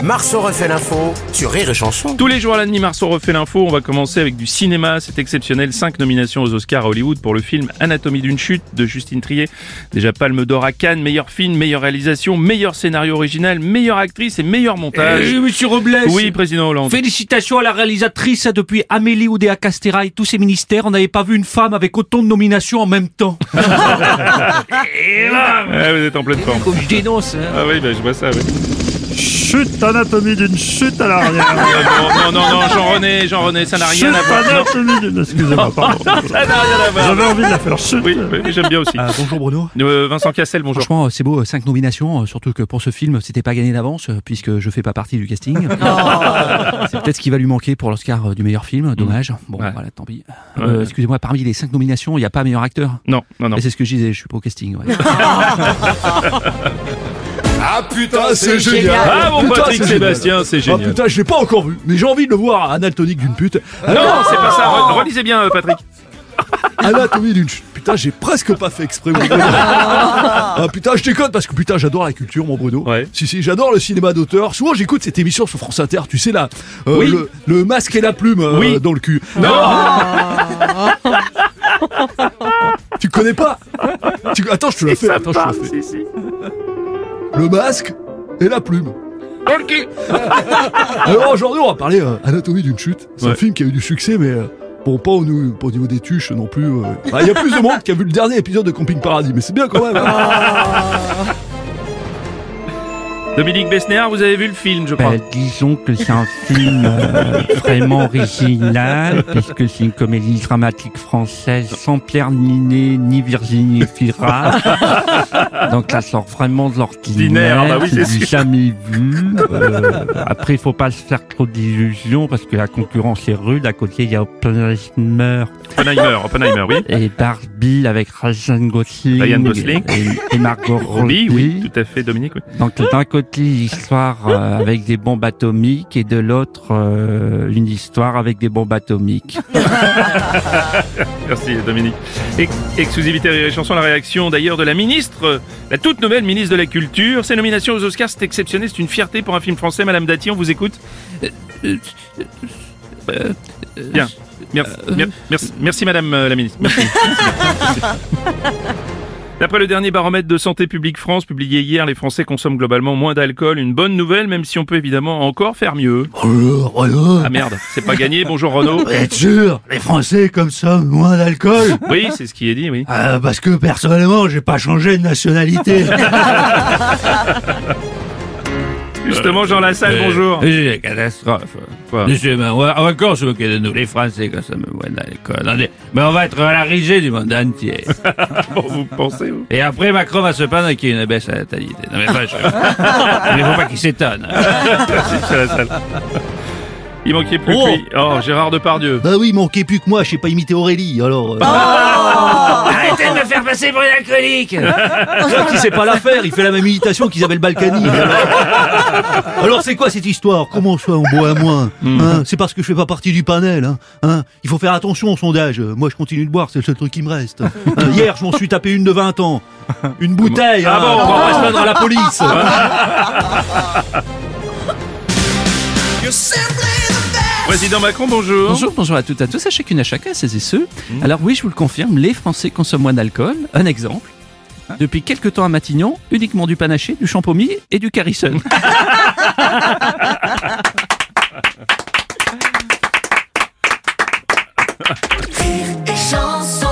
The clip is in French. Marceau refait l'info sur Rire et Chanson. Tous les jours à la demi Marceau refait l'info. On va commencer avec du cinéma. C'est exceptionnel. Cinq nominations aux Oscars à Hollywood pour le film Anatomie d'une chute de Justine Trier. Déjà palme d'or à Cannes, meilleur film, meilleure réalisation, meilleur scénario original, meilleure actrice et meilleur montage. Euh, monsieur Robles. Eh Oui, président Hollande. Félicitations à la réalisatrice depuis Amélie Oudéa Castéra et tous ses ministères. On n'avait pas vu une femme avec autant de nominations en même temps. Ah, vous êtes en pleine forme. Comme je dénonce. hein. Ah oui, bah, je vois ça. oui. Chute anatomie d'une chute à l'arrière. Non, non, non, non, Jean-René, Jean-René, ça n'a Chute rien à voir. anatomie d'une. Excusez-moi, pardon. Ça n'a rien à voir. J'avais envie de la faire chute. Oui, oui, j'aime bien aussi. Euh, bonjour Bruno. Euh, Vincent Cassel, bonjour. Franchement, euh, c'est beau, euh, cinq nominations, euh, surtout que pour ce film, c'était pas gagné d'avance, euh, puisque je fais pas partie du casting. Euh, c'est peut-être ce qui va lui manquer pour l'Oscar euh, du meilleur film, dommage. Bon, Mm. Ouais. voilà, tant pis. Euh, Excusez-moi, parmi les cinq nominations, il n'y a pas meilleur acteur Non, non, non. Et c'est ce que je disais, je suis pas au casting. ouais. Ah putain, c'est génial. Ah, mon Putain, Patrick c'est Sébastien, c'est Ah génial. putain, je l'ai pas encore vu, mais j'ai envie de le voir, Anatonique d'une pute. Non, c'est pas ça. Re- Relisez bien, euh, Patrick. Anatomie Ah, d'une chute. Putain, j'ai presque pas fait exprès. mon Bruno. ah putain, je déconne parce que putain, j'adore la culture, mon Bruno. Ouais. Si si, j'adore le cinéma d'auteur. Souvent, j'écoute cette émission sur France Inter. Tu sais là, euh, Oui. le, le masque et la plume euh, Oui. dans le cul. Non, Tu connais pas Tu- Attends, je te la fais. ça Attends, je te la parle. fais. Si, si. Le masque et la plume. Alors aujourd'hui, on va parler euh, Anatomie d'une chute. Ah. C'est Ouais. un film qui a eu du succès, mais euh, bon, pas au, nou- pas au niveau des tuches non plus. euh. Ah, Il y a plus de monde qui a vu le dernier épisode de Camping Paradis, mais c'est bien quand même. hein. Dominique Besnéard, vous avez vu le film, je crois. Bah, disons que c'est un film euh, vraiment original, puisque c'est une comédie dramatique française sans Pierre Ninet ni Virginie Fira. Donc ça sort vraiment de Ordinaire, l'ordinaire, bah oui, c'est du jamais vu. Euh, après, il faut pas se faire trop d'illusions, parce que la concurrence est rude. À côté, il y a Oppenheimer Oppenheimer, Oppenheimer, oui. et Barbie avec Ryan Gosling, Ryan Gosling. Et, et Margot Robbie, Robbie. oui, tout à fait, Dominique. oui. Donc d'un côté l'histoire euh, avec des bombes atomiques et de l'autre euh, une histoire avec des bombes atomiques. Merci, Dominique. Ex- exclusivité Rire et Chanson, la réaction d'ailleurs de la ministre, euh, la toute nouvelle ministre de la Culture. Ses nominations aux Oscars, c'est exceptionnel, c'est une fierté pour un film français. Madame Dati, on vous écoute. Euh, Bien. Mer- mer- merci, merci, Madame euh, la ministre. Merci. D'après le dernier baromètre de Santé publique France publié hier, les Français consomment globalement moins d'alcool. Une bonne nouvelle, même si on peut évidemment encore faire mieux. Oh là, oh là. Ah merde, c'est pas gagné. Bonjour Renaud. Faut Être sûr, les Français comme ça, moins d'alcool. Oui, c'est ce qui est dit, Ah, oui. Euh, parce que personnellement, j'ai pas changé de nationalité. Justement, Jean euh, Lassalle, bonjour. Euh, C'est la catastrophe. Quoi Monsieur, mais ben, on va encore se moquer de nous, les Français, quand ça me voit dans l'école. On est- Mais on va être à la risée du monde entier. Bon, vous pensez, vous Et après, Macron va se plaindre qu'il y a une baisse à la natalité. Non, mais pas sûr. Il ne faut pas qu'il s'étonne. Monsieur Lassalle. Il manquait plus que lui. Oh, Gérard Depardieu. bah oui, manquez plus que moi, je sais pas imiter Aurélie, alors. euh, Arrêtez de me faire passer pour une alcoolique Toi qui sait pas la faire, il fait la même imitation qu'Isabelle Balkany. mais Alors, Alors c'est quoi cette histoire Comment soit on boit moins hein C'est parce que je fais pas partie du panel. Hein hein Il faut faire attention au sondage. Euh, Moi, je continue de boire, c'est le seul truc qui me reste. Euh, hier, je m'en suis tapé une de 20 ans. Une bouteille. Ah hein. bon, on va pas se plaindre à la police. Président Macron, bonjour. Bonjour, bonjour à toutes, à tous, à chacune, à chacun, à celles et ceux. Alors oui, je vous le confirme, les Français consomment moins d'alcool. Un exemple. Hein Depuis quelques temps à Matignon, uniquement du panaché, du champomy et du carisson. Rire et chanson.